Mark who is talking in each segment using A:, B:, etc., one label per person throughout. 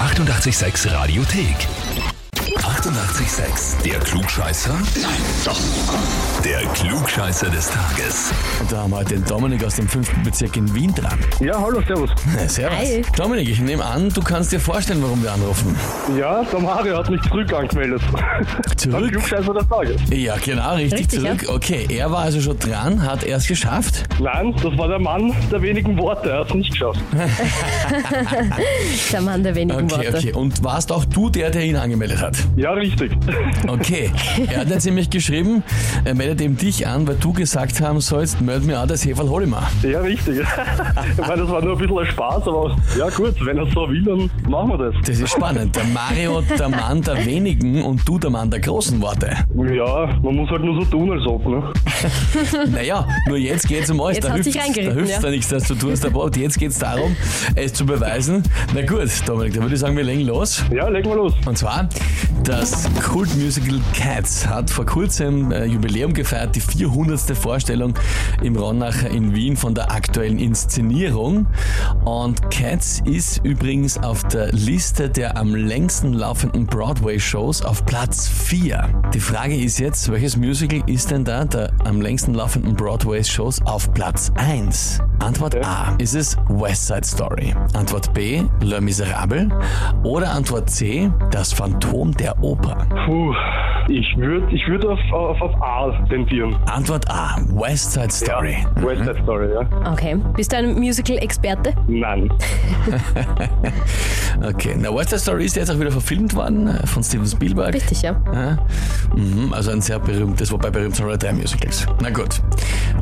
A: 886 Radiothek. 88,6. Der Klugscheißer? Nein, doch. Der Klugscheißer des Tages.
B: Und da haben wir heute den Dominik aus dem 5. Bezirk in Wien dran.
C: Ja, hallo, servus.
B: Na, servus.
D: Hi.
B: Dominik, ich nehme an, du kannst dir vorstellen, warum wir anrufen.
C: Ja, der Mario hat mich zurück angemeldet. Am
B: Zurück?
C: Klugscheißer des Tages.
B: Ja, genau, richtig,
D: Richtig,
B: zurück. Okay, er war also schon dran, hat er es geschafft.
C: Nein, das war der Mann der wenigen Worte, er hat es nicht geschafft.
D: Der Mann der wenigen
B: Okay,
D: Worte.
B: okay. Und warst auch du der, der ihn angemeldet hat?
C: Ja, richtig.
B: Okay. Er hat jetzt nämlich geschrieben, er meldet eben dich an, weil du gesagt haben sollst, meld mir an, das Heferl hol ich mir.
C: Ja, richtig. Ich meine, das war nur ein bisschen ein Spaß, aber ja gut, wenn er so will, dann machen wir das.
B: Das ist spannend. Der Mario, der Mann der wenigen und du der Mann der großen Worte.
C: Ja, man muss halt nur so tun, als ob, ne?
B: Naja, nur jetzt geht es um euch.
D: Jetzt
B: da
D: hat
B: hilft
D: sich
B: da
D: reingeritten,
B: hilft's
D: ja.
B: da nichts, dass du tust. Aber jetzt geht es darum, es zu beweisen. Na gut, Dominik, dann würde ich sagen, wir legen los.
C: Ja, legen wir los.
B: Und zwar, das Kultmusical Cats hat vor kurzem äh, Jubiläum gefeiert, die 400. Vorstellung im Ronnacher in Wien von der aktuellen Inszenierung. Und Cats ist übrigens auf der Liste der am längsten laufenden Broadway-Shows auf Platz 4. Die Frage ist jetzt, welches Musical ist denn da der am längsten laufenden Broadway-Shows auf Platz 1? Antwort A. Ist es West Side Story? Antwort B. Le Miserable? Oder Antwort C. Das Phantom der Oper?
C: Puh, ich würde ich würd auf, auf, auf A tendieren.
B: Antwort A. West Side
C: Ja,
B: Story.
C: West Side Story, ja.
D: Okay. Bist du ein Musical-Experte?
C: Nein.
B: Okay, na West Side Story ist jetzt auch wieder verfilmt worden äh, von Steven Spielberg.
D: Richtig, ja.
B: Ja. Mhm, also ein sehr berühmtes, wobei berühmt sind alle drei Musicals. Na gut.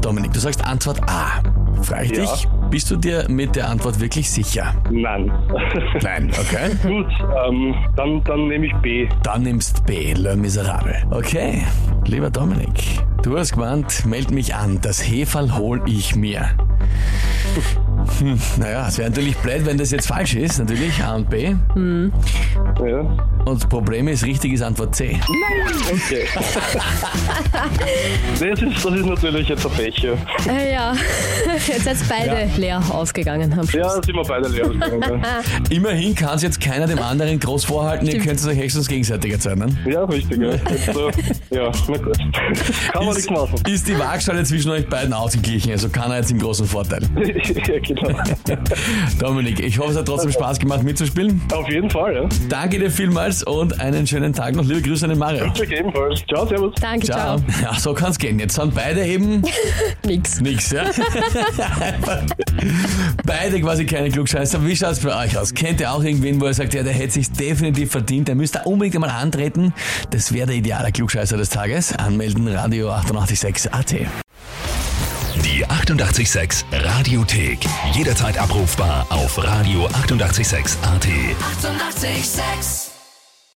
B: Dominik, du sagst Antwort A. Frage ich
C: Ja.
B: dich, bist du dir mit der Antwort wirklich sicher?
C: Nein.
B: Nein, okay.
C: Gut, ähm, dann, dann nehme ich B.
B: Dann nimmst B, Le Miserable. Okay, lieber Dominik, du hast gemeint, meld mich an, das Heferl hol ich mir. Hm, naja, es wäre natürlich blöd, wenn das jetzt falsch ist, natürlich, A und B.
C: Ja.
B: Und das Problem ist, richtig ist Antwort C.
C: Okay. das, ist, das ist natürlich jetzt ein Pech. Ja,
D: Äh, ja. Jetzt seid beide leer ausgegangen am
C: ja
D: Schluss.
C: sind wir beide leer. ausgegangen,
B: Immerhin kann es jetzt keiner dem anderen groß vorhalten, ihr
D: Stimmt.
B: könnt es euch höchstens ne? gegenseitig erzählen.
C: ja. ja, richtig. Ja, also, ja na gut. Kann man nichts machen.
B: ist die Waagschale zwischen euch beiden ausgeglichen, also keiner jetzt im großen Vorteil.
C: ja, genau.
B: Dominik, ich hoffe, es hat trotzdem Spaß gemacht mitzuspielen.
C: Auf jeden Fall, ja.
B: Danke dir vielmals und einen schönen Tag noch. Liebe Grüße an den Mario.
C: Ich ebenfalls. Ciao, servus.
D: Danke, ciao.
B: Ja, so kann's gehen. Jetzt sind beide eben
D: Nix.
B: nix, ja? beide quasi keine Klugscheißer. Wie schaut's bei euch aus? Kennt ihr auch irgendwen, wo ihr sagt, ja, der hätte sich definitiv verdient, der müsste unbedingt einmal antreten? Das wäre der ideale Klugscheißer des Tages. Anmelden, Radio 886 AT.
A: Die 88,6 Radiothek. Jederzeit abrufbar auf radio886.at. 88,6.
E: Eighty-eight, sex.